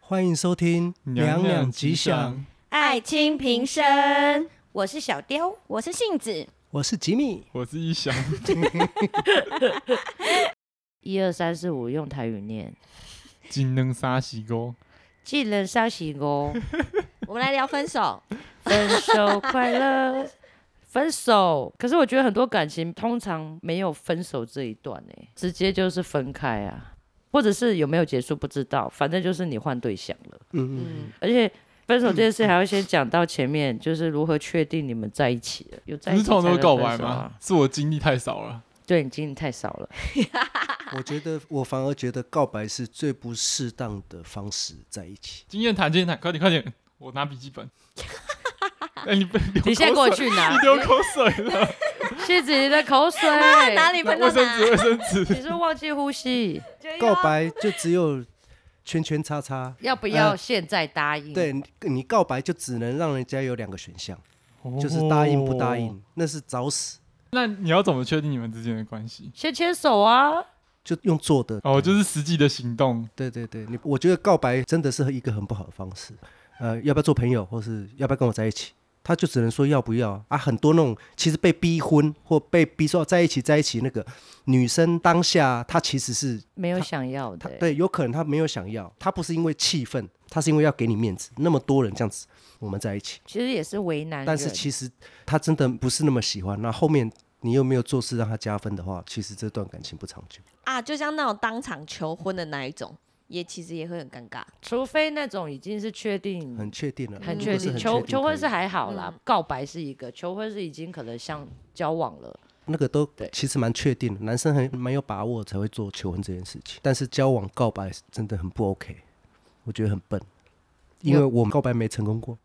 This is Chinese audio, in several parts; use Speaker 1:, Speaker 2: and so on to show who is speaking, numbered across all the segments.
Speaker 1: 欢迎收听《娘娘吉祥》，
Speaker 2: 爱卿平生。我是小雕，
Speaker 3: 我是杏子，
Speaker 1: 我是吉米，
Speaker 4: 我是 一翔。
Speaker 2: 一二三四五，用台语念。
Speaker 4: 金能沙西沟，
Speaker 2: 技能杀喜我，
Speaker 3: 我们来聊分 手。
Speaker 2: 分手快乐，分手。可是我觉得很多感情通常没有分手这一段呢、直接就是分开啊，或者是有没有结束不知道，反正就是你换对象了。
Speaker 1: 嗯，
Speaker 3: 嗯，
Speaker 2: 而且分手这件事还要先讲到前面，就是如何确定你们在一起了，有在
Speaker 4: 不
Speaker 2: 一
Speaker 4: 是
Speaker 2: 起才
Speaker 4: 通常都
Speaker 2: 能
Speaker 4: 是告白
Speaker 2: 分手啊
Speaker 4: 吗？？是我经历太少了。
Speaker 2: 对你经历太 少了。
Speaker 1: 我觉得我反而觉得告白是最不适当的方式在一起。
Speaker 4: 经验谈，经验谈，快点，快点，我拿笔记 本。哎，你不，
Speaker 2: 你啊现在给
Speaker 4: 过
Speaker 2: 我，去拿
Speaker 4: 你，流口水了，
Speaker 2: 谢子你的 口水，
Speaker 3: 哪里
Speaker 2: 啊
Speaker 3: 喷到
Speaker 4: 卫生纸，
Speaker 3: 哪？
Speaker 4: 卫生纸。
Speaker 2: 你是不是忘记呼吸，
Speaker 3: 啊
Speaker 1: 告白就只有圈圈叉叉，
Speaker 2: 要不
Speaker 1: 要
Speaker 2: 要现在答应？
Speaker 1: 呃对你你告白就只能让人家有两个选项，就是答应不答
Speaker 4: 哦。
Speaker 1: 应，那是找死，
Speaker 4: 那你要怎么确定你们之间的关系？
Speaker 2: 先牵手啊，
Speaker 1: 就用做的。
Speaker 4: 哦，就是实际的行动。
Speaker 1: 对对对，你我觉得告白真的是一个很不好的方式。呃，要不要做朋友，或是要不要跟我在一起？他就只能说要不要啊啊，很多那种其实被逼婚或被逼说在一起在一起那个女生当下，她其实是
Speaker 2: 没有想要
Speaker 1: 她
Speaker 2: 的、欸。
Speaker 1: 对，有可能她没有想要，她不是因为气愤，她是因为要给你面子。那么多人这样子，我们在一起，
Speaker 2: 其实也是为难人，
Speaker 1: 但是其实她真的不是那么喜欢。那后面你又没有做事让她加分的话，其实这段感情不长久。
Speaker 3: 啊，就像那种当场求婚的那一种，也其实也会很尴尬。
Speaker 2: 除非那种已经是确定、
Speaker 1: 很确定了，
Speaker 2: 嗯很
Speaker 1: 如
Speaker 2: 确
Speaker 1: 果是
Speaker 2: 定，
Speaker 1: 很
Speaker 2: 求
Speaker 1: 定
Speaker 2: 求
Speaker 1: 可
Speaker 2: 婚
Speaker 1: 以
Speaker 2: 是还好啦，
Speaker 3: 嗯
Speaker 2: 告白是一个，求婚是已经可能像交往了。
Speaker 1: 那个都
Speaker 2: 对
Speaker 1: 其实蛮确定的，男生很蛮有把握才会做求婚这件事情。但是交往告白是真的很不 OK，我觉得很笨，因为我告白没成功过。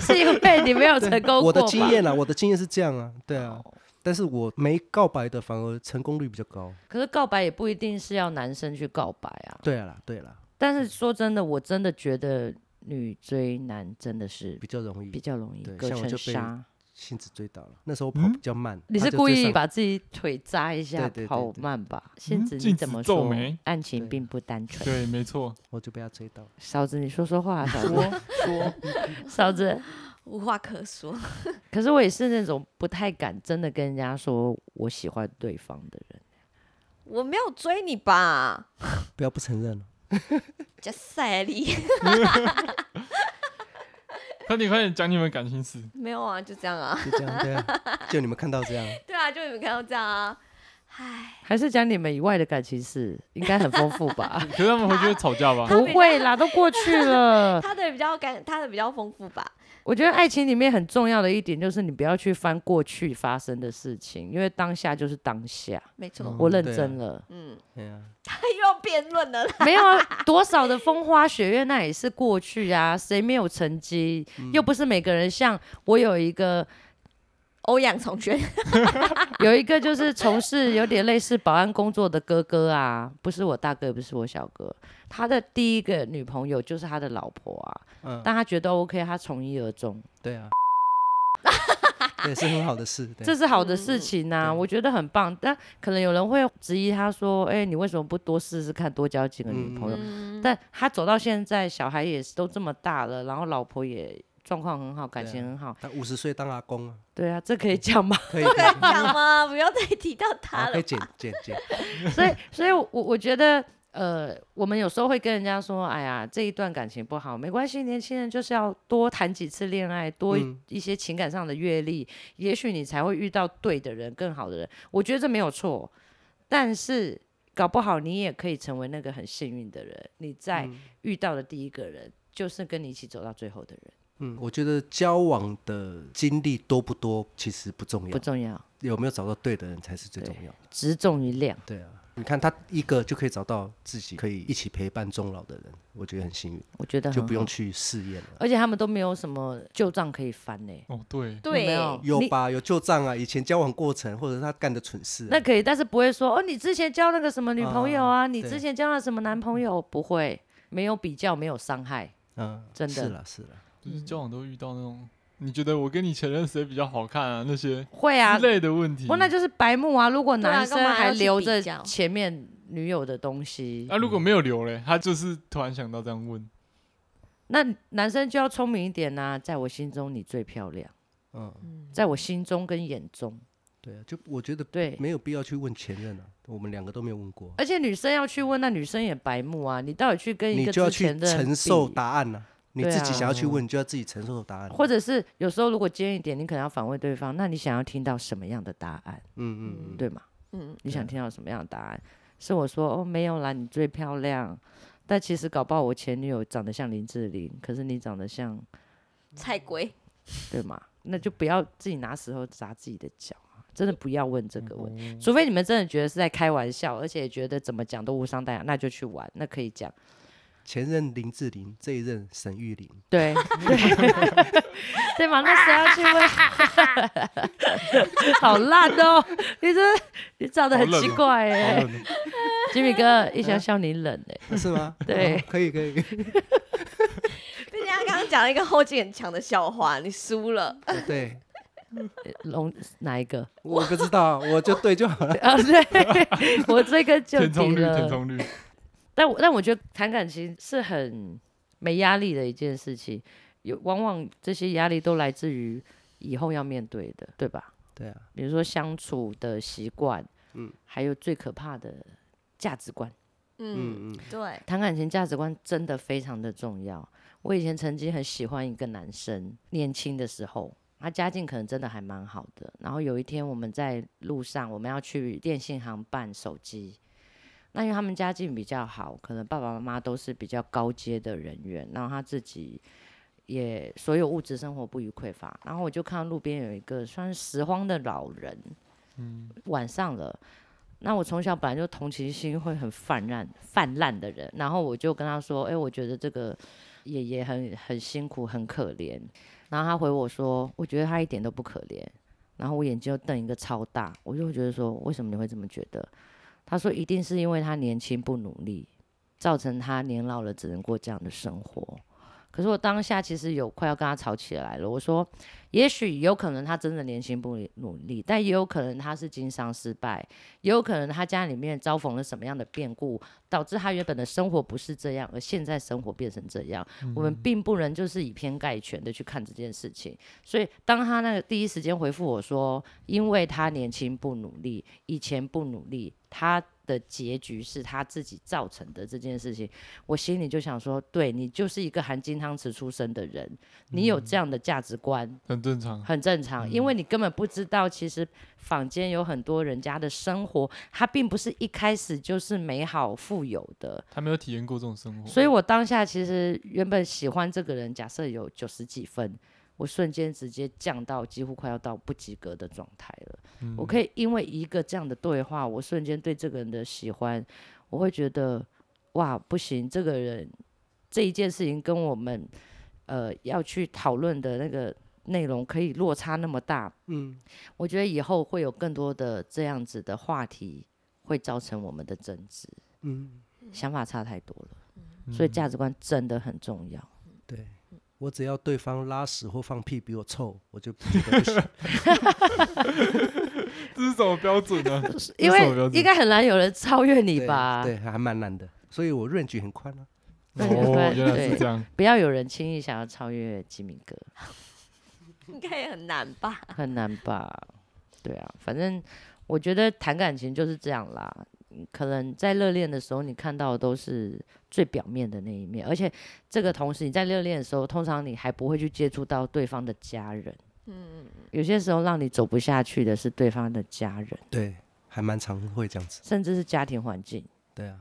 Speaker 2: 是因为你没有成功过吧
Speaker 1: 我的经验啊，我的经验是这样啊，对啊。
Speaker 2: 哦
Speaker 1: 但是我没告白的反而成功率比较高。
Speaker 2: 可是告白也不一定是要男生去告白啊。
Speaker 1: 对啊啦，对啦，
Speaker 2: 但是说真的，我真的觉得女追男真的是
Speaker 1: 比较容易
Speaker 2: 比较容易
Speaker 1: 对
Speaker 2: 隔
Speaker 1: 像我
Speaker 2: 层
Speaker 1: 就被
Speaker 2: 纱。
Speaker 1: 性子追到了。那时候我跑
Speaker 4: 嗯
Speaker 1: 比较慢，
Speaker 2: 你
Speaker 1: 他
Speaker 2: 是
Speaker 1: 就
Speaker 2: 故
Speaker 1: 追
Speaker 2: 意
Speaker 1: 上
Speaker 2: 把自己腿扎一下
Speaker 1: 对对对
Speaker 2: 跑
Speaker 1: 对
Speaker 2: 慢吧？仙子
Speaker 4: 嗯
Speaker 2: 你
Speaker 4: 禁
Speaker 2: 怎
Speaker 4: 止
Speaker 2: 么
Speaker 4: 皱
Speaker 2: 说
Speaker 4: 眉？
Speaker 2: 案
Speaker 1: 对
Speaker 2: 情并不单纯。
Speaker 4: 对，没错。
Speaker 1: 我就被他追到了。
Speaker 2: 嫂子，你说说话啊，嫂
Speaker 4: 说
Speaker 2: 子，
Speaker 4: 说，
Speaker 2: 嫂子。
Speaker 3: 无话可说，
Speaker 2: 可是我也是那种不太敢真的跟人家说我喜欢对方的人。
Speaker 3: 我没有追你吧？
Speaker 1: 不要不承认了，哦
Speaker 3: 加塞利
Speaker 4: 快点，快点讲你们感情史。？
Speaker 3: 没有啊，就这样啊。
Speaker 1: 就这样对 啊，就你们看到这样，
Speaker 3: 对啊，就你们看到这样啊。唉，
Speaker 2: 还是讲你们以外的感情事，应该很丰富吧
Speaker 4: 可是他们回去会吵架吧？
Speaker 2: 不会啦，都过去了。
Speaker 3: 他的比较感，他的比较丰富吧。
Speaker 2: 我觉得爱情里面很重要的一点就是你不要去翻过去发生的事情，因为当下就是当下。
Speaker 3: 没错，
Speaker 1: 嗯
Speaker 2: 我认
Speaker 1: 对啊
Speaker 2: 真了，
Speaker 3: 嗯，
Speaker 1: 对啊，
Speaker 3: 他又要辩论了啦。
Speaker 2: 没有啊，多少的风花雪月那也是过去啊，谁没有成绩？
Speaker 1: 嗯
Speaker 2: 又不是每个人像我有一个
Speaker 3: 欧阳从轩，
Speaker 2: 有一个就是从事有点类似保安工作的哥哥啊，不是我大哥，也不是我小哥，他的第一个女朋友就是他的老婆啊，
Speaker 1: 嗯，
Speaker 2: 但他觉得 OK，他从一而终，
Speaker 1: 对 啊，对，是很好的事，对
Speaker 2: 这是好的事情啊，
Speaker 1: 嗯嗯
Speaker 2: 我觉得很棒。但可能有人会质疑他说，哎、你为什么不多试试看，多交几个女朋友？
Speaker 3: 嗯，
Speaker 2: 但他走到现在，小孩也都这么大了，然后老婆也状况很好，感情很好，
Speaker 1: 他五十岁当阿公啊，
Speaker 2: 对啊，这可以讲吗？
Speaker 1: 可以
Speaker 3: 不
Speaker 1: 可以嗯
Speaker 3: 敢啊讲吗？不要再提到
Speaker 1: 好，
Speaker 3: 他了
Speaker 1: 可
Speaker 3: 吧
Speaker 1: 以。剪剪 剪，
Speaker 2: 所以，所以我我觉得，呃，我们有时候会跟人家说，哎呀，这一段感情不好，没关系，年轻人就是要多谈几次恋爱，多一
Speaker 1: 嗯
Speaker 2: 一些情感上的阅历，也许你才会遇到对的人，更好的人。我觉得这没有错，但是搞不好你也可以成为那个很幸运的人，你在
Speaker 1: 嗯
Speaker 2: 遇到的第一个人。就是跟你一起走到最后的人
Speaker 1: 嗯，我觉得交往的经历多不多其实不重要，
Speaker 2: 不重要，
Speaker 1: 有没有找到对的人才是最重要的。
Speaker 2: 只重于量。
Speaker 1: 对啊，你看他一个就可以找到自己可以一起陪伴终老的人，我觉得很幸运，
Speaker 2: 我觉得
Speaker 1: 就
Speaker 2: 很
Speaker 1: 不用
Speaker 2: 好，
Speaker 1: 去试验了。
Speaker 2: 而且他们都没有什么旧账可以翻呢、
Speaker 4: 哦，对，
Speaker 2: 有
Speaker 3: 对
Speaker 2: 没，有
Speaker 1: 有
Speaker 2: 你
Speaker 1: 吧？有旧账啊，以前交往过程或者他干的蠢事啊、
Speaker 2: 那可以，但是不会说哦，你之前交那个什么女朋友啊，你
Speaker 1: 哦对
Speaker 2: 之前交了什么男朋友，不会，没有比较，没有伤害，
Speaker 1: 嗯，
Speaker 2: 真的
Speaker 1: 是了是了，
Speaker 2: 嗯
Speaker 4: 就是交往都遇到那种，你觉得我跟你前任谁比较好看啊？那些
Speaker 2: 会啊哦
Speaker 4: 之，类的问题。
Speaker 2: 不，那就是白目啊。如果
Speaker 3: 对啊
Speaker 2: 男生
Speaker 3: 干嘛要
Speaker 2: 还
Speaker 3: 去
Speaker 2: 留
Speaker 3: 比
Speaker 2: 着
Speaker 3: 较
Speaker 2: 前面女友的东西。
Speaker 1: 啊
Speaker 4: 啊那、如果没有留嘞，他就是突然想到这样问，
Speaker 2: 那男生就要聪明一点呐、在我心中你最漂亮，
Speaker 1: 嗯，
Speaker 2: 在我心中跟眼中，
Speaker 1: 对啊，就我觉得
Speaker 2: 对。
Speaker 1: 没有必要去问前任啊，我们两个都没有问过，
Speaker 2: 而且女生要去问，那女生也白目啊！你到底去跟一
Speaker 1: 你
Speaker 2: 个
Speaker 1: 就要
Speaker 2: 之
Speaker 1: 去
Speaker 2: 前的人
Speaker 1: 承受
Speaker 2: 比
Speaker 1: 答案呐、你
Speaker 2: 对
Speaker 1: 自己想要去
Speaker 2: 啊
Speaker 1: 问，你就要自己承受答案。啊
Speaker 2: 或者是有时候如果尖一点，你可能要反问对方，那你想要听到什么样的答案，
Speaker 1: 嗯嗯嗯，
Speaker 2: 对吗？
Speaker 3: 嗯，
Speaker 2: 你
Speaker 1: 对
Speaker 2: 想
Speaker 1: 啊
Speaker 2: 听到什么样的答案？是我说哦，没有啦，你最漂亮。但其实搞不好我前女友长得像林志玲，可是你长得像，
Speaker 3: 菜龟，
Speaker 2: 对吗？那就不要自己拿石头砸自己的脚啊！真的不要问这个
Speaker 4: 嗯
Speaker 2: 问，题，除非你们真的觉得是在开玩笑，而且也觉得怎么讲都无伤大雅，那就去玩，那可以讲。
Speaker 1: 前任林志玲，这一任沈玉玲，
Speaker 2: 对 对对嘛？那谁要去问？ 好烂哦！你这你长得很
Speaker 4: 好冷
Speaker 2: 奇
Speaker 4: 哦
Speaker 2: 怪
Speaker 4: 好
Speaker 2: 哎、
Speaker 4: 冷哦嗯
Speaker 2: 吉米哥一想笑你冷哎、
Speaker 1: 啊是吗？
Speaker 2: 对
Speaker 1: 哦可以可以，
Speaker 3: 毕竟他刚刚讲了一个后劲很强的笑话，你输了。
Speaker 1: 哦对，
Speaker 2: 龙哪一个？
Speaker 1: 我不知道，我就对就好了。
Speaker 2: 啊，对， 我追根究
Speaker 4: 填
Speaker 2: 底
Speaker 4: 充率，填
Speaker 2: 了。
Speaker 4: 充率，
Speaker 2: 但我但我觉得谈感情是很没压力的一件事情，有往往这些压力都来自于以后要面对的，对吧？
Speaker 1: 对啊，
Speaker 2: 比如说相处的习惯，嗯，还有最可怕的价值观。
Speaker 1: 嗯
Speaker 3: 嗯，
Speaker 1: 嗯，
Speaker 3: 对，
Speaker 2: 谈感情价值观真的非常的重要。我以前曾经很喜欢一个男生，年轻的时候，他家境可能真的还蛮好的。然后有一天我们在路上，我们要去电信行办手机。那因为他们家境比较好，可能爸爸妈妈都是比较高阶的人员，然后他自己也所有物质生活不予匮乏。然后我就看到路边有一个算是拾荒的老人，
Speaker 4: 嗯，
Speaker 2: 晚上了。那我从小本来就同情心会很泛滥、泛滥的人，然后我就跟他说：“哎、我觉得这个爷爷很很辛苦，很可怜。”然后他回我说：“我觉得他一点都不可怜。”然后我眼睛又瞪一个超大，我就会觉得说：“为什么你会这么觉得？”他说：“一定是因为他年轻不努力，造成他年老了只能过这样的生活。”可是我当下其实有快要跟他吵起来了，我说：“也许有可能他真的年轻不努力，但也有可能他是经商失败，也有可能他家里面遭逢了什么样的变故，导致他原本的生活不是这样，而现在生活变成这样。我们并不能就是以偏概全的去看这件事情。所以当他那个第一时间回复我说，因为他年轻不努力，以前不努力，他。的结局是他自己造成的这件事情，我心里就想说，对你就是一个含金汤匙出生的人，你有这样的价值观，
Speaker 4: 很正常，
Speaker 2: 很正常，因为你根本不知道，其实坊间有很多人家的生活，它并不是一开始就是美好富有的。
Speaker 4: 他没有体验过这种生活，
Speaker 2: 所以我当下其实原本喜欢这个人，假设有九十几分，我瞬间直接降到几乎快要到不及格的状态了。我可以因为一个这样的对话，我瞬间对这个人的喜欢，我会觉得哇，不行，这个人这一件事情跟我们呃要去讨论的那个内容可以落差那么大，
Speaker 1: 嗯，
Speaker 2: 我觉得以后会有更多的这样子的话题会造成我们的争执，
Speaker 1: 嗯，
Speaker 2: 想法差太多了，
Speaker 4: 嗯
Speaker 2: 所以价值观真的很重要。
Speaker 1: 对。我只要对方拉屎或放屁比我臭，我就觉得不行。
Speaker 4: 这是什么标准啊 呢、
Speaker 2: 因
Speaker 4: 这是什么标
Speaker 2: 为
Speaker 4: 准
Speaker 2: 应该很难有人超越你
Speaker 1: 对
Speaker 2: 吧？
Speaker 1: 对，还蛮难的，所以我 range 很宽啊。
Speaker 2: 对
Speaker 4: 哦，原来
Speaker 2: 对
Speaker 4: 是这样，
Speaker 2: 不要有人轻易想要超越吉米哥，
Speaker 3: 应该也很难 吧？
Speaker 2: 很难吧？对啊，反正我觉得谈感情就是这样啦。嗯可能在热恋的时候，你看到的都是最表面的那一面，而且这个同时你在热恋的时候，通常你还不会去接触到对方的家人。嗯，有些时候让你走不下去的是对方的家人，
Speaker 1: 对，还蛮常会这样子。
Speaker 2: 甚至是家庭环境。
Speaker 1: 对啊，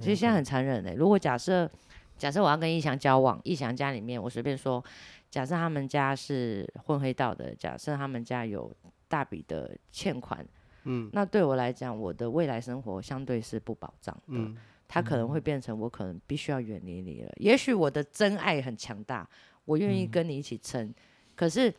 Speaker 2: 其实现在很残忍欸的、如果假设假设我要跟一翔交往，一翔家里面我随便说，假设他们家是混黑道的，假设他们家有大笔的欠款，
Speaker 1: 嗯
Speaker 2: 那对我来讲，我的未来生活相对是不保障的。
Speaker 1: 嗯，
Speaker 2: 他可能会变成我可能必须要远离你了。也许我的真爱很强大，我愿意跟你一起撑。可是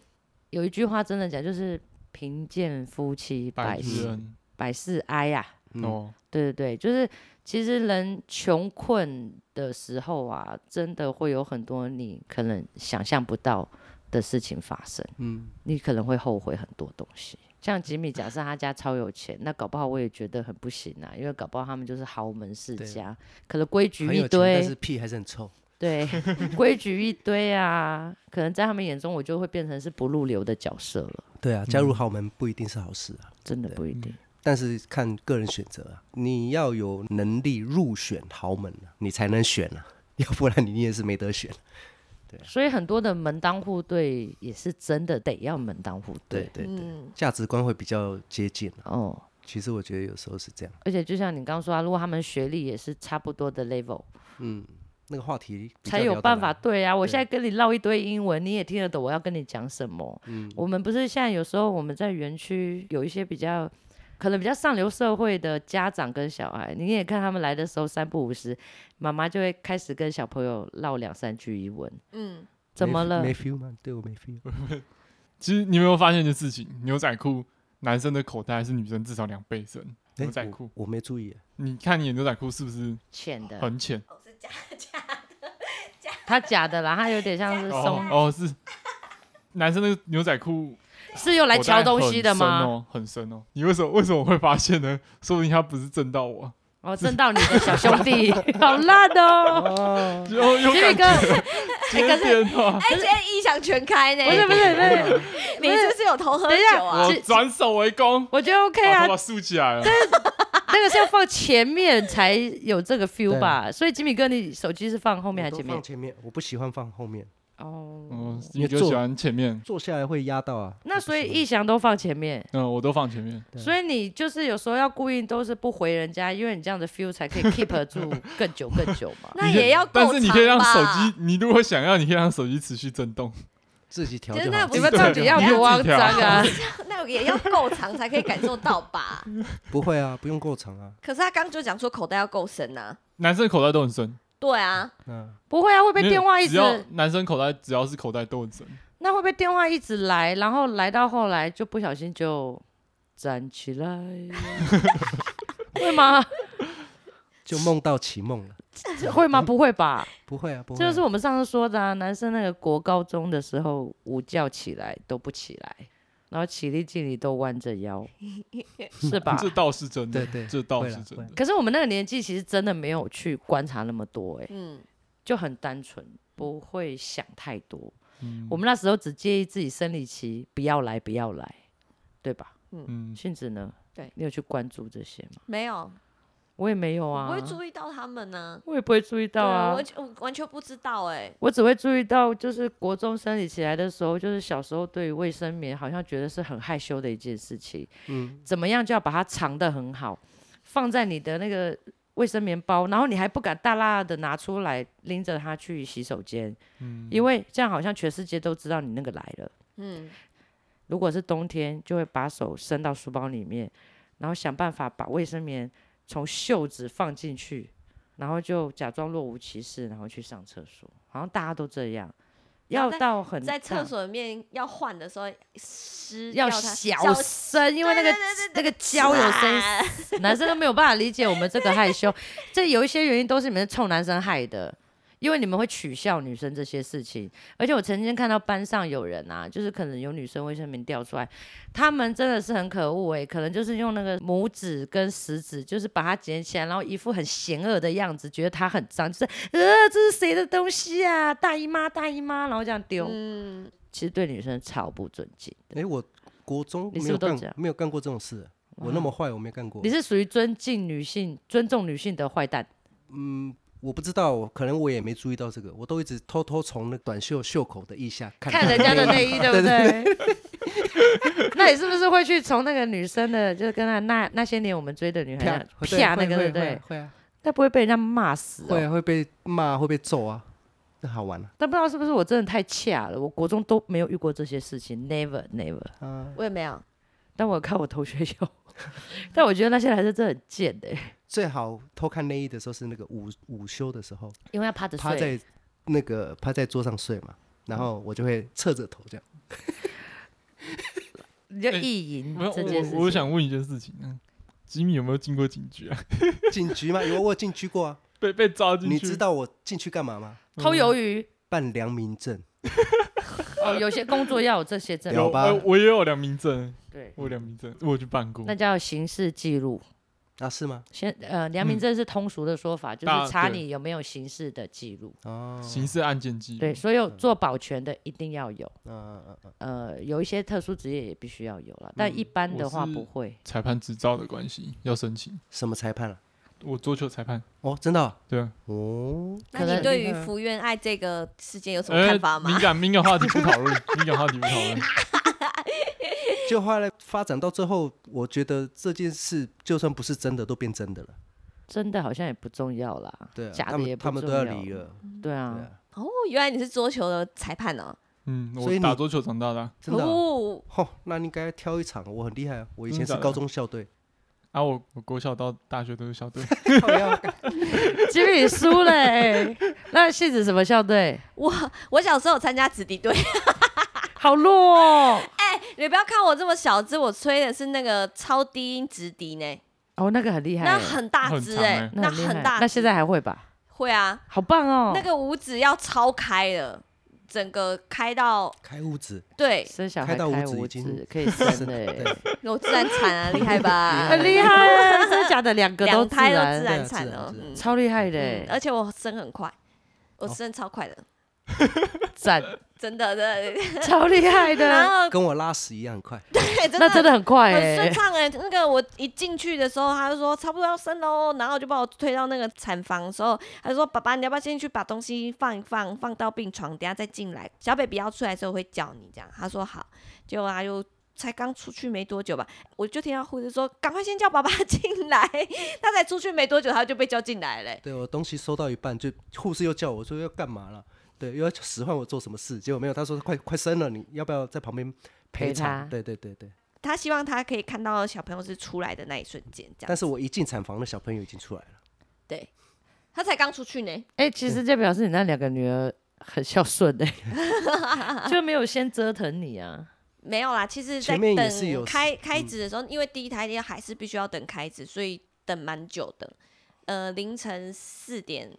Speaker 2: 有一句话真的讲，就是贫贱夫妻
Speaker 4: 百
Speaker 2: 百
Speaker 4: 之
Speaker 2: 事
Speaker 4: 恩
Speaker 2: 百事哀呀、
Speaker 1: 嗯
Speaker 4: 哦，
Speaker 2: 对对对，就是其实人穷困的时候啊，真的会有很多你可能想象不到的事情发生，
Speaker 1: 嗯，
Speaker 2: 你可能会后悔很多东西。像吉米，假设他家超有钱，那搞不好我也觉得很不行啊，因为搞不好他们就是豪门世
Speaker 1: 对
Speaker 2: 家，可能规矩
Speaker 1: 很
Speaker 2: 一
Speaker 1: 有钱，但
Speaker 2: 堆
Speaker 1: 是，屁还是很臭。
Speaker 2: 对， 规矩一堆啊，可能在他们眼中我就会变成是不入流的角色了，
Speaker 1: 对啊，加入豪门不一定是好事啊，
Speaker 2: 真的不一定。
Speaker 1: 但是看个人选择啊，你要有能力入选豪门啊，你才能选啊， 要不然你也是没得选。
Speaker 2: 所以很多的门当户对也是真的得要门当户对。
Speaker 1: 对对对，
Speaker 3: 嗯，
Speaker 1: 价值观会比较接近啊。
Speaker 2: 哦，
Speaker 1: 其实我觉得有时候是这样。
Speaker 2: 而且就像你刚刚说啊，如果他们学历也是差不多的 level，
Speaker 1: 嗯，那个话题比较
Speaker 2: 才有
Speaker 1: 聊得
Speaker 2: 办
Speaker 1: 来
Speaker 2: 法。对啊。我
Speaker 1: 对
Speaker 2: 现在跟你唠一堆英文，你也听得懂我要跟你讲什么。
Speaker 1: 嗯
Speaker 2: 我们不是现在有时候我们在园区有一些比较。可能比较上流社会的家长跟小孩，你也看他们来的时候三不五时，妈妈就会开始跟小朋友唠两三句英文。
Speaker 3: 嗯，
Speaker 2: 怎
Speaker 1: 没
Speaker 2: 么了？
Speaker 1: 没 feel 吗？对我没 feel。
Speaker 4: 其实你有没有发现一件事情？牛仔裤男生的口袋还是女生至少两倍深。
Speaker 1: 诶
Speaker 4: 牛仔
Speaker 1: 我
Speaker 4: 裤，
Speaker 1: 我没注意啊。
Speaker 4: 你看你的牛仔裤是不是
Speaker 2: 浅的，
Speaker 4: 很浅？
Speaker 2: 他假的啦，他有点像是
Speaker 4: 哦
Speaker 2: 松，
Speaker 4: 哦是，男生的牛仔裤
Speaker 2: 是用来
Speaker 4: 口袋
Speaker 2: 瞧东西的
Speaker 4: 很深
Speaker 2: 吗？
Speaker 4: 哦，很深哦。你为什么为什么会发现呢？说不定他不是震到我，
Speaker 2: 哦，震到你的小兄弟，好烂哦！
Speaker 1: 哦，
Speaker 4: 就有感
Speaker 2: 杰宇哥，
Speaker 4: 觉点哦。
Speaker 3: 哎，今天异想全开呢，
Speaker 2: 不是不是不是，
Speaker 3: 你是不是有偷喝酒啊？
Speaker 4: 我
Speaker 2: 哎其
Speaker 4: 转手为攻，
Speaker 2: 我觉得 OK
Speaker 4: 把
Speaker 2: 啊
Speaker 4: 头，发竖起来了。
Speaker 2: 那个是要放前面才有这个 feel
Speaker 1: 对
Speaker 2: 吧？所以吉米哥，你手机是放后
Speaker 1: 后
Speaker 2: 面还是前面
Speaker 1: 放？前面，我不喜欢放后面，
Speaker 2: 哦
Speaker 4: 嗯，，你就喜欢前面？
Speaker 1: 坐下来会压到啊。
Speaker 2: 那所以
Speaker 1: 一
Speaker 2: 逸翔都放前面，
Speaker 4: 嗯，我都放前面。
Speaker 1: 对
Speaker 2: 所以你就是有时候要故意都是不回人家，因为你这样的 feel 才 可以 keep 住更久更久嘛。
Speaker 3: 那
Speaker 4: 你可以
Speaker 3: 也要够
Speaker 4: 但是你可以让
Speaker 3: 长
Speaker 4: 手
Speaker 3: 吧
Speaker 4: 机，你如果想要，你可以让手机持续震动。
Speaker 1: 自己调
Speaker 3: 其实
Speaker 1: 就
Speaker 3: 那
Speaker 1: 好
Speaker 3: 不。
Speaker 2: 你
Speaker 3: 是
Speaker 2: 们到底要多肮脏啊？
Speaker 3: 那也要够长才可以感受到吧？
Speaker 1: 不会啊，不用够长啊。
Speaker 3: 可是他刚就讲说口袋要够深呐、
Speaker 4: 男生口袋都很深，
Speaker 3: 对啊，
Speaker 1: 嗯，
Speaker 2: 不会啊，会被
Speaker 4: 因为
Speaker 2: 电话一
Speaker 4: 只要
Speaker 2: 直
Speaker 4: 男生口袋只要是口袋都很深，
Speaker 2: 那会不会电话一直来，然后来到后来就不小心就站起 来，会吗？
Speaker 1: 就梦到起梦了。
Speaker 2: 会吗？不会吧？
Speaker 1: 不会啊，不会啊。
Speaker 2: 这就是我们上次说的啊，男生那个国高中的时候午觉起来都不起来，然后起立敬礼都弯着 腰，是吧？
Speaker 4: 这倒是真的，
Speaker 1: 对对
Speaker 4: 这倒
Speaker 1: 会
Speaker 4: 是
Speaker 1: 啦
Speaker 4: 真
Speaker 1: 会
Speaker 4: 的
Speaker 1: 啦。
Speaker 2: 可是我们那个年纪其实真的没有去观察那么多、欸，
Speaker 3: 嗯，
Speaker 2: 就很单纯，不会想太多。
Speaker 4: 嗯
Speaker 2: 我们那时候只介意自己生理期不要来，不要来，对吧？
Speaker 4: 嗯，
Speaker 2: 杏子呢？
Speaker 3: 对
Speaker 2: 你有去关注这些吗？
Speaker 3: 没有，
Speaker 2: 我也没有
Speaker 3: 我
Speaker 2: 啊，
Speaker 3: 不会注意到他们呢、
Speaker 2: 我也不会注意
Speaker 3: 对
Speaker 2: 到啊，
Speaker 3: 我我完全不知道哎、
Speaker 2: 我只会注意到，就是国中生理起来的时候，就是小时候对于卫生棉好像觉得是很害羞的一件事情。嗯，怎么样就要把它藏得很好，放在你的那个卫生棉包，然后你还不敢大大的拿出来拎着它去洗手间，嗯，因为这样好像全世界都知道你那个来了。
Speaker 3: 嗯，
Speaker 2: 如果是冬天，就会把手伸到书包里面，然后想办法把卫生棉从袖子放进去，然后就假装若无其事，然后去上厕所，好像大家都这样。
Speaker 3: 然
Speaker 2: 要
Speaker 3: 后在
Speaker 2: 到很
Speaker 3: 在
Speaker 2: 大
Speaker 3: 厕所里面要换的时候湿
Speaker 2: 要
Speaker 3: 它
Speaker 2: 小声，因为那个那个胶有 声，
Speaker 3: 啊
Speaker 2: 男生都没有办法理解我们这个害羞。这有一些原因都是你们臭男生害的，因为你们会取笑女生这些事情。而且我曾经看到班上有人啊，就是可能有女生卫生棉掉出来，他们真的是很可恶诶、欸可能就是用那个拇指跟食指，就是把它捡起来，然后一副很嫌恶的样子，觉得它很脏，就是呃这是谁的东西啊，大姨妈大姨妈，然后这样丢，
Speaker 3: 嗯，
Speaker 2: 其实对女生超不尊敬。
Speaker 1: 哎，我国中没
Speaker 2: 你是不是
Speaker 1: 有
Speaker 2: 都这样
Speaker 1: 干没有干过这种事，我那么坏，我没干过
Speaker 2: 你。是属于尊敬女性、尊重女性的坏蛋。
Speaker 1: 嗯，我不知道，我可能我也没注意到这个，我都一直偷偷从那短袖袖口的腋下看
Speaker 2: 看人家的内衣，对不对？ 那你是不是会去从那个女生的，就是跟她那那些年我们追的女孩
Speaker 1: 啪
Speaker 2: 那样啪那个，对
Speaker 1: 会
Speaker 2: 不对？
Speaker 1: 会啊
Speaker 2: 那不会被人家骂死
Speaker 1: 会
Speaker 2: 哦。
Speaker 1: 啊会被骂会被揍啊，那好玩啊。
Speaker 2: 但不知道是不是我真的太恰了，我国中都没有遇过这些事情，never never。
Speaker 1: 嗯
Speaker 3: 我也没有，
Speaker 2: 但我有看我同学 有，但我觉得那些男生真的很贱的、
Speaker 1: 最好偷看内衣的时候是那个午午休的时候，
Speaker 2: 因为要趴着
Speaker 1: 趴
Speaker 2: 睡。
Speaker 1: 在那个趴在桌上睡嘛，然后我就会侧着头这样。
Speaker 2: 你就意淫
Speaker 4: 没有
Speaker 2: 这件事情。
Speaker 4: 我我想问一件事情，嗯吉米有没有进过警局啊？
Speaker 1: 警局嘛，有我有进去过啊，
Speaker 4: 被被抓进去？嗯
Speaker 1: 你知道我进去干嘛吗？
Speaker 2: 偷鱿鱼，
Speaker 1: 办良民证。
Speaker 2: 哦，有些工作要有这些证
Speaker 1: 屌
Speaker 4: 有
Speaker 2: 明，
Speaker 1: 吧
Speaker 4: 呃我也有良民证，
Speaker 2: 对，
Speaker 4: 我有良民证，我有去办过
Speaker 2: 那。叫刑事记录。
Speaker 1: 啊，是吗？
Speaker 2: 先呃，良
Speaker 1: 嗯
Speaker 2: 民证是通俗的说法，就
Speaker 4: 大
Speaker 2: 是查
Speaker 4: 对
Speaker 2: 你有没有刑事的记录。
Speaker 1: 哦，
Speaker 4: 刑事案件记录，
Speaker 2: 对，所有做保全的一定要有，
Speaker 1: 嗯嗯嗯
Speaker 2: 呃，有一些特殊职业也必须要有了，但一般的话不会。
Speaker 4: 裁判执照的关系要申请。
Speaker 1: 什么裁判了、
Speaker 4: 我桌球裁判，
Speaker 1: 哦，真的哦
Speaker 4: 对啊，
Speaker 1: 哦，
Speaker 3: 那
Speaker 2: 可
Speaker 3: 你
Speaker 2: 能嗯
Speaker 3: 对
Speaker 1: 那
Speaker 3: 于
Speaker 1: 个
Speaker 3: 福原爱这个事件有什么
Speaker 4: 呃
Speaker 3: 看法，吗
Speaker 4: 敏？感敏感话题不讨论，敏感话题不讨 论。
Speaker 1: 就后来发展到最后，我觉得这件事就算不是真的，都变真的了。
Speaker 2: 真的好像也不重要啦，
Speaker 1: 对、啊，
Speaker 2: 假
Speaker 1: 他
Speaker 2: 的也
Speaker 1: 们
Speaker 2: 不
Speaker 1: 他们都
Speaker 2: 重
Speaker 1: 要
Speaker 2: 要
Speaker 1: 离了，
Speaker 2: 对
Speaker 1: 对、
Speaker 2: 啊，
Speaker 1: 啊，
Speaker 3: 哦， 原来你是桌球的裁判哦。
Speaker 4: 嗯，
Speaker 1: 所以
Speaker 4: 我
Speaker 1: 你
Speaker 4: 打桌球长大的啊，
Speaker 1: 真的哦。
Speaker 3: 哦，
Speaker 1: 吼、那你应该挑一场，我很厉害啊！我以前
Speaker 4: 真
Speaker 1: 是
Speaker 4: 的假的
Speaker 1: 高中校队，
Speaker 4: 啊我我国小到大学都是校队，
Speaker 1: 靠腰啊
Speaker 2: 吉米输 了欸，那戏子什么校队？
Speaker 3: 我我小时候有参加子弟队， 哎
Speaker 2: 好弱哦！
Speaker 3: 你不要看我这么小只，我吹的是那个超低音直笛呢，
Speaker 2: 哦，那个很厉害欸，
Speaker 3: 那很大只哎、
Speaker 4: 很
Speaker 2: 那厉害
Speaker 3: 很大只。
Speaker 2: 那现在还会吧？
Speaker 3: 会啊，
Speaker 2: 好棒哦！
Speaker 3: 那个五指要超开的，整个开到
Speaker 1: 开屋子，
Speaker 3: 对，
Speaker 2: 生小
Speaker 1: 开
Speaker 2: 孩
Speaker 1: 到
Speaker 2: 开
Speaker 1: 五指
Speaker 2: 五
Speaker 1: 已经
Speaker 2: 指可以生 的
Speaker 1: 对
Speaker 2: 欸，
Speaker 3: 我自然产啊，厉害吧？
Speaker 2: 很厉害，啊真的假的？两个都
Speaker 3: 两
Speaker 2: 自
Speaker 3: 胎都
Speaker 2: 然
Speaker 3: 自，
Speaker 1: 然
Speaker 3: 然产
Speaker 1: 对啊
Speaker 3: 了
Speaker 1: 自然自然，
Speaker 3: 嗯
Speaker 2: 超厉害的
Speaker 3: 嗯
Speaker 2: 欸，
Speaker 3: 而且我生很快，我生超快的，
Speaker 2: 赞，
Speaker 3: 真的真的。
Speaker 2: 超厉害
Speaker 3: 嗯然
Speaker 2: 的，
Speaker 3: 后
Speaker 1: 跟我拉屎一样快。
Speaker 3: 对，真
Speaker 2: 那真
Speaker 3: 的。
Speaker 2: 的很快
Speaker 3: 很
Speaker 2: 哎
Speaker 3: 顺。畅哎、那个我一进去的时候，他就说差不多要生喽，然后就把我推到那个产房的时候，他就说爸爸你要不要先去把东西放一放，放到病床，等下再进来，小 baby 要出来的时候会叫你这样。他说好，结果他就啊才刚出去没多久吧，我就听到护士说赶快先叫爸爸进来，他才出去没多久他就被叫进来了、
Speaker 1: 对我东西收到一半，就护士又叫我说要干嘛了，对，又要使唤我做什么事，结果没有，他说快快生了，你要不要在旁边
Speaker 2: 陪
Speaker 1: 陪
Speaker 2: 他
Speaker 1: 产？对对对对，
Speaker 3: 他希望他可以看到小朋友是出来的那一瞬间，这样
Speaker 1: 但是我一进产房，那小朋友已经出来了，
Speaker 3: 对。他才刚出去呢，
Speaker 2: 哎，其实这表示你那两个女儿很孝顺的， 就没有先折腾你啊。
Speaker 3: 没有啦。其实，在
Speaker 1: 前面也是嗯有
Speaker 3: 等开开指的时候，因为第一胎要还是必须要等开指，所以等蛮久的。呃，凌晨四点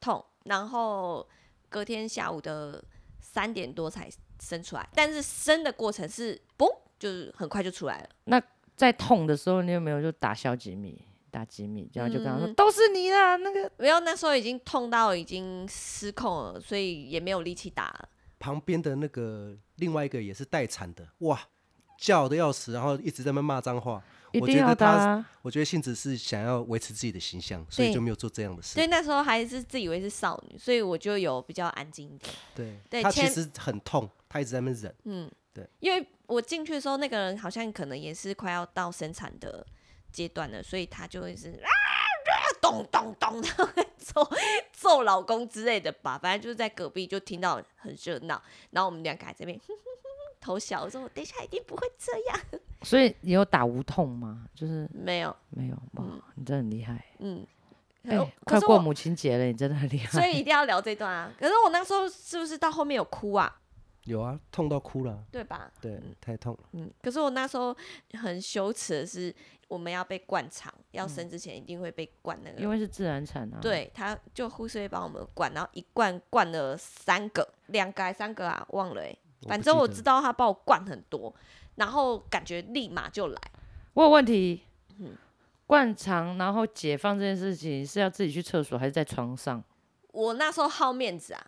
Speaker 3: 痛，然后隔天下午的三点多才生出来，但是生的过程是嘣，就是很快就出来了。
Speaker 2: 在痛的时候，你有没有就打消几米，打几米，然后就跟他说、
Speaker 3: 嗯
Speaker 2: 都是你啦，那个
Speaker 3: 没有，那时候已经痛到已经失控了，所以也没有力气打了。
Speaker 1: 旁边的那个另外一个也是待产的，哇，叫的要死，然后一直在那边骂脏话。
Speaker 2: 一
Speaker 1: 我
Speaker 2: 定
Speaker 1: 觉
Speaker 2: 要
Speaker 1: 得
Speaker 2: 打、
Speaker 1: 他
Speaker 2: 啊。
Speaker 1: 我觉得杏子是想要维持自己的形象，所以
Speaker 3: 对
Speaker 1: 就没有做这样的事
Speaker 3: 所以。那时候还是自以为是少女，所以我就有比较安静一点。
Speaker 1: 对，
Speaker 3: 对
Speaker 1: 他其
Speaker 3: 前
Speaker 1: 实很痛，他一直在那边忍。
Speaker 3: 嗯，
Speaker 1: 对，
Speaker 3: 因为我进去的时候，那个人好像可能也是快要到生产的阶段了，所以他就会是啊， 啊咚咚咚，然后揍揍老公之类的吧。反正就是在隔壁就听到很热闹，然后我们两个还在这边 偷笑，我说我等一下一定不会这样，
Speaker 2: 所以你有打无痛吗？就是
Speaker 3: 没有，
Speaker 2: 没有哇
Speaker 3: 嗯，
Speaker 2: 你真的很厉害。
Speaker 3: 嗯。
Speaker 2: 哎、
Speaker 3: 呃可
Speaker 2: 快
Speaker 3: 是
Speaker 2: 过
Speaker 3: 我
Speaker 2: 母亲节了，你真的很厉害。
Speaker 3: 所以一定要聊这段啊！可是我那时候是不是到后面有哭啊？
Speaker 1: 有啊，痛到哭了，
Speaker 3: 对吧？
Speaker 1: 对，太痛了。
Speaker 3: 嗯，可是我那时候很羞耻的是，我们要被灌肠，要生之前一定会被灌那个，
Speaker 2: 嗯因为是自然产啊，，
Speaker 3: 对，他就护士会帮我们灌，然后一灌灌了三个，两个还三个啊，忘了哎、
Speaker 1: 不
Speaker 3: 反正我
Speaker 1: 记
Speaker 3: 知
Speaker 1: 得
Speaker 3: 道他帮我灌很多，然后感觉立马就来，
Speaker 2: 我有问题
Speaker 3: 嗯。
Speaker 2: 灌肠，然后解放这件事情是要自己去厕所还是在床上
Speaker 3: 我那时候好面子啊，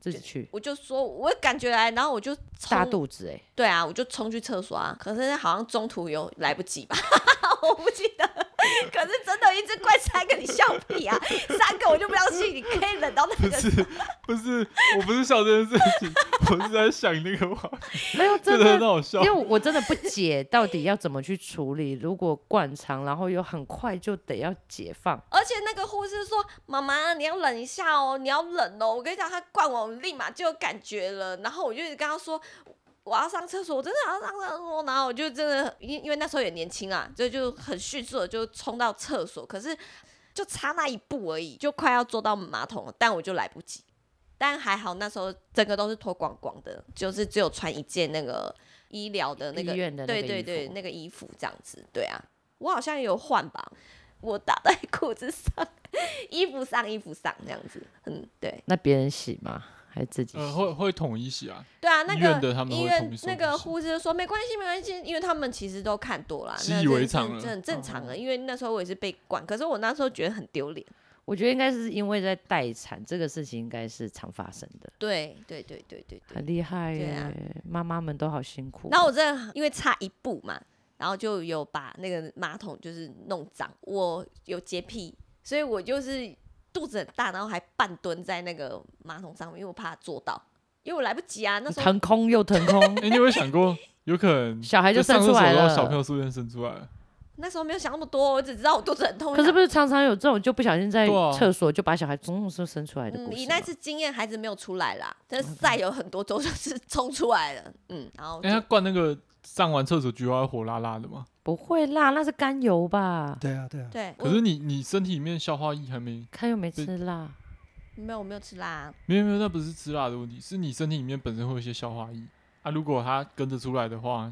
Speaker 2: 自己去？
Speaker 3: 我就说我感觉来，然后我就
Speaker 2: 大
Speaker 3: 冲，
Speaker 2: 肚子哎、
Speaker 3: 对啊，我就冲去厕所啊，可是好像中途有来不及吧， 我不记得， 可是真的一直灌三个，你笑屁啊，三个我就不相信你可以忍到那
Speaker 4: 不
Speaker 3: 个
Speaker 4: 是不是，我不是笑这件事情，我是在想那个话，
Speaker 2: 没有
Speaker 4: 真
Speaker 2: 真
Speaker 4: 的
Speaker 2: 的
Speaker 4: 很好笑
Speaker 2: 因。为我真的不解到底要怎么去处理。如果灌肠，然后又很快就得要解放，
Speaker 3: 而且那个护士说：“妈妈，你要忍一下哦，你要忍哦。”我跟你讲，他灌我，我立马就有感觉了。然后我就一直跟他说：“我要上厕所，我真的要上厕所。”然后我就真的，因因为那时候也年轻啊，就就很迅速的就冲到厕所，可是就差那一步而已，就快要坐到马桶了，但我就来不及。但还好那时候整个都是脱光光的，就是只有穿一件那个医疗的那个
Speaker 2: 医院的那
Speaker 3: 对
Speaker 2: 个
Speaker 3: 对
Speaker 2: 衣
Speaker 3: 对
Speaker 2: 服
Speaker 3: 那个衣服这样子，对啊，我好像有换吧，我打在裤子上，衣服上衣服上这样子，嗯，对，
Speaker 2: 那别人洗吗？还是自己洗？
Speaker 4: 呃，会会统一洗啊，
Speaker 3: 对啊，那
Speaker 4: 医
Speaker 3: 个
Speaker 4: 院的他们
Speaker 3: 医
Speaker 4: 会
Speaker 3: 院
Speaker 4: 统一收
Speaker 3: 那
Speaker 4: 东
Speaker 3: 个
Speaker 4: 西
Speaker 3: 护士就说没关系，没关系，因为他们其实都看多了，啊
Speaker 4: 习
Speaker 3: 那
Speaker 4: 以
Speaker 3: 这
Speaker 4: 为
Speaker 3: 这
Speaker 4: 常了
Speaker 3: 这很正常啊
Speaker 4: 哦
Speaker 3: 的。因为那时候我也是被管，可是我那时候觉得很丢脸。
Speaker 2: 我觉得应该是因为在待产这个事情，应该是常发生的，
Speaker 3: 对对对对对对
Speaker 2: 很。厉害
Speaker 3: 对
Speaker 2: 耶、
Speaker 3: 啊
Speaker 2: 妈妈们都好辛苦。
Speaker 3: 然后我真的因为差一步嘛，然后就有把那个马桶就是弄脏。我有洁癖，所以我就是肚子很大，然后还半蹲在那个马桶上面，因为我怕坐到，因为我来不及啊。那时候
Speaker 2: 腾空又腾空，
Speaker 4: 哎、你有没有想过，有可能
Speaker 2: 小孩就
Speaker 4: 就
Speaker 2: 生
Speaker 4: 上
Speaker 2: 出
Speaker 4: 厕所
Speaker 2: 来
Speaker 4: 然
Speaker 2: 了。
Speaker 4: 后小朋友宿便生出来了？
Speaker 3: 那时候没有想那么多，我只知道我肚子很痛。
Speaker 2: 可是不
Speaker 3: 是？
Speaker 2: 是常常有这种就不小心在
Speaker 4: 对啊
Speaker 2: 厕所就把小孩总是生出来的故
Speaker 3: 嗯，
Speaker 2: 事哦
Speaker 3: 以
Speaker 2: 吗？
Speaker 3: 那次经验，孩子没有出来啦，但是赛有很多周就是 冲出来了，嗯，然
Speaker 2: 哦
Speaker 3: 后就
Speaker 4: 哎、他灌那个上完厕所菊花会火辣辣的嘛？
Speaker 2: 不会啦，那是甘油吧？
Speaker 1: 对啊，对啊，
Speaker 3: 对，
Speaker 4: 可是你你身体里面消化液还没，
Speaker 2: 他又没吃辣，
Speaker 3: 我没有我没有吃辣，
Speaker 4: 没有没有，那不是吃辣的问题，是你身体里面本身会有一些消化液啊。如果它跟着出来的话，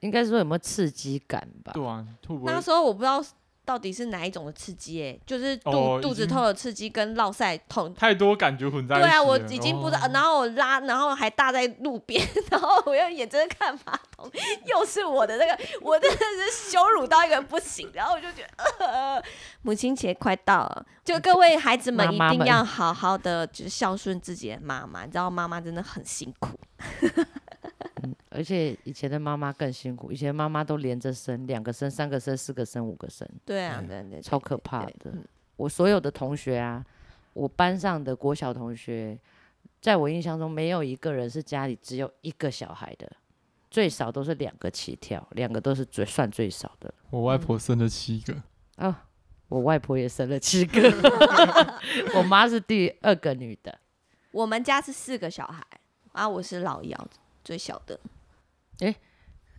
Speaker 2: 应该是说有没有刺激感吧？
Speaker 4: 对啊，会不会
Speaker 3: 那时候我不知道到底是哪一种的刺激、欸，就是肚、
Speaker 4: 哦已
Speaker 3: 肚子
Speaker 4: 经
Speaker 3: 痛的刺激跟落塞痛。
Speaker 4: 太多感觉混在一
Speaker 3: 对
Speaker 4: 起了？
Speaker 3: 啊，我已经不知道，
Speaker 4: 哦
Speaker 3: 然后我拉，然后还搭在路边， 然后我又眼睁睁看马桶，又是我的那个，我真的是羞辱到一个不行，然后我就觉得，呃、母亲节快到了，就各位孩子们
Speaker 2: 妈
Speaker 3: 一
Speaker 2: 妈
Speaker 3: 定
Speaker 2: 们
Speaker 3: 要好好的就是孝顺自己的妈妈，你知道妈妈真的很辛苦，
Speaker 2: 而且以前的妈妈更辛苦，以前妈妈都连着生，两个生、三个生、四个生、五个生，
Speaker 3: 对啊，
Speaker 1: 嗯
Speaker 3: 对对对，
Speaker 2: 超可
Speaker 3: 对
Speaker 2: 怕
Speaker 3: 对
Speaker 2: 的
Speaker 3: 嗯。
Speaker 2: 我所有的同学啊，我班上的国小同学，在我印象中没有一个人是家里只有一个小孩的，最少都是两个起跳，两个都是最算最少的。
Speaker 4: 我外婆生了七个，
Speaker 2: 啊，我外婆也生了七个， 我妈是第二个女的。
Speaker 3: 我们家是四个小孩，啊，我是老幺，最小的，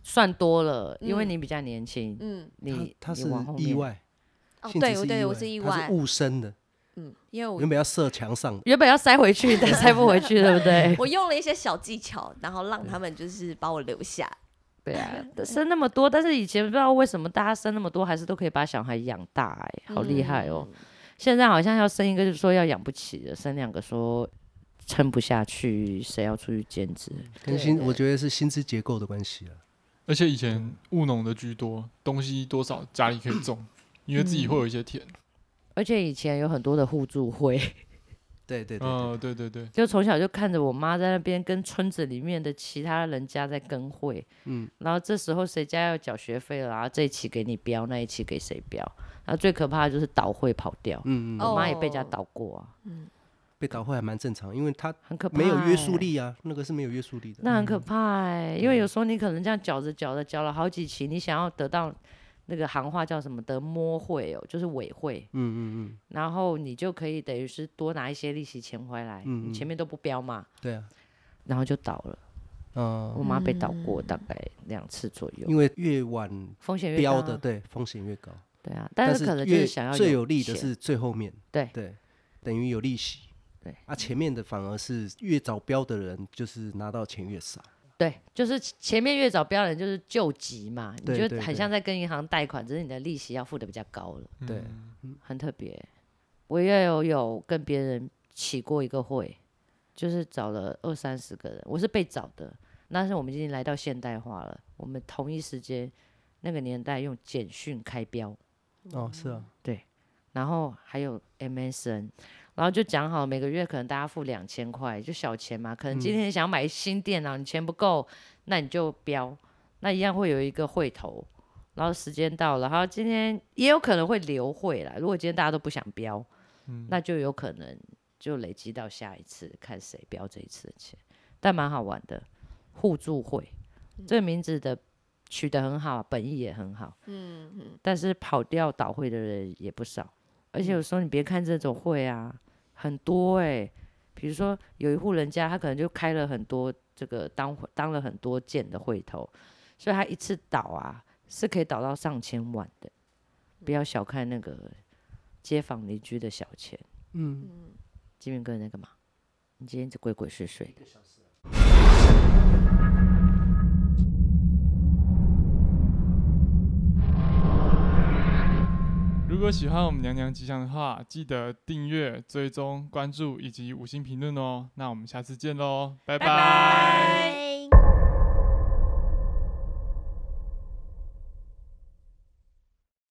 Speaker 2: 算多了，因为
Speaker 3: 嗯
Speaker 2: 你比较年轻，
Speaker 3: 嗯，
Speaker 2: 你
Speaker 1: 他他
Speaker 2: 你
Speaker 1: 是
Speaker 2: 往后
Speaker 1: 意
Speaker 2: 面。
Speaker 1: 外，
Speaker 3: 哦，
Speaker 1: 性质
Speaker 3: 对，我对我是意
Speaker 1: 他
Speaker 3: 外
Speaker 1: 是，误生的，
Speaker 3: 嗯，因为我
Speaker 1: 原本要射墙上的，
Speaker 2: 原本要塞回去， 但塞不回去，对不对？
Speaker 3: 我用了一些小技巧，然后让他们就是把我留下。
Speaker 2: 对啊，生那么多，但是以前不知道为什么大家生那么多，还是都可以把小孩养大、哎，好厉害
Speaker 3: 嗯
Speaker 2: 哦！现在好像要生一个，就说要养不起了；生两个说撑不下去，谁要出去兼职？
Speaker 1: 跟
Speaker 3: 对
Speaker 1: 薪
Speaker 3: 对
Speaker 1: 我觉得是薪资结构的关系了。
Speaker 4: 而且以前务农的居多，东西多少家里可以种，因为自己会有一些田。
Speaker 2: 而且以前有很多的互助会，
Speaker 1: 对对对对
Speaker 4: 嗯，对对对，
Speaker 2: 就从小就看着我妈在那边跟村子里面的其他人家在耕会，嗯，然后这时候谁家要缴学费了，然后这一期给你标，那一期给谁标，然后最可怕的就是倒会跑掉，
Speaker 1: 嗯嗯，
Speaker 2: 我妈也被人家
Speaker 3: 哦
Speaker 2: 倒过啊，
Speaker 1: 被倒会还蛮正常，因为他
Speaker 2: 很可怕、欸
Speaker 1: 没有约束，力嗯啊，那个是没有约束力的。
Speaker 2: 那很可怕哎、因为有时候你可能这样搅着搅着搅了好几期，你想要得到那个行话叫什么得摸会哦，就是委会，
Speaker 1: 嗯嗯嗯，
Speaker 2: 然后你就可以等于是多拿一些利息钱回来，
Speaker 1: 嗯
Speaker 2: 你前
Speaker 1: 嗯
Speaker 2: 面都不标嘛，
Speaker 1: 对啊，
Speaker 2: 然后就倒了。我
Speaker 1: 嗯，
Speaker 2: 妈被倒过大概两次左右，
Speaker 1: 因为越晚
Speaker 2: 风险越高
Speaker 1: 标
Speaker 2: 啊。
Speaker 1: 的，对风险越高，
Speaker 2: 对啊，
Speaker 1: 但
Speaker 2: 但是可能就
Speaker 1: 越
Speaker 2: 是想要
Speaker 1: 最有利的
Speaker 2: 钱
Speaker 1: 是最后面，
Speaker 2: 对
Speaker 1: 对，等于有利息。
Speaker 2: 对
Speaker 1: 啊，前面的反而是越早标的人，就是拿到钱越少。
Speaker 2: 对，就是前面越早标人就是救急嘛，你
Speaker 1: 对
Speaker 2: 就
Speaker 1: 对对
Speaker 2: 很像在跟银行贷款，只是你的利息要付的比较高了，
Speaker 4: 嗯
Speaker 1: 对
Speaker 2: 很特别。我也有有跟别人起过一个会，就是找了二三十个人，我是被找的，但是我们已经来到现代化了，我们同一时间那个年代用简讯开标。
Speaker 1: 哦，是啊，
Speaker 2: 然后还有 MSN，然后就讲好每个月可能大家付两千块，就小钱嘛。可能今天你想买新电脑，你钱不够，那你就标，那一样会有一个会头。然后时间到了，然后今天也有可能会留会啦。如果今天大家都不想标，
Speaker 4: 嗯
Speaker 2: 那就有可能就累积到下一次，看谁标这一次的钱，但蛮好玩的。互助会
Speaker 3: 嗯
Speaker 2: 这个名字的取得很好，本意也很好，
Speaker 3: 嗯嗯，
Speaker 2: 但是跑掉倒会的人也不少，而且有时候你别看这种会啊，很多哎、比如说有一户人家，他可能就开了很多这个当当了很多件的会头，所以他一次倒啊是可以倒到上千万的，不要小看那个街坊邻居的小钱。
Speaker 1: 嗯，
Speaker 2: 金明哥你在干嘛？你今天就鬼鬼祟祟的。
Speaker 4: 如果喜欢我们娘娘吉祥的话，记得订阅、追踪、关注以及五星评论哦。那我们下次见喽，拜
Speaker 2: 拜拜
Speaker 3: 拜。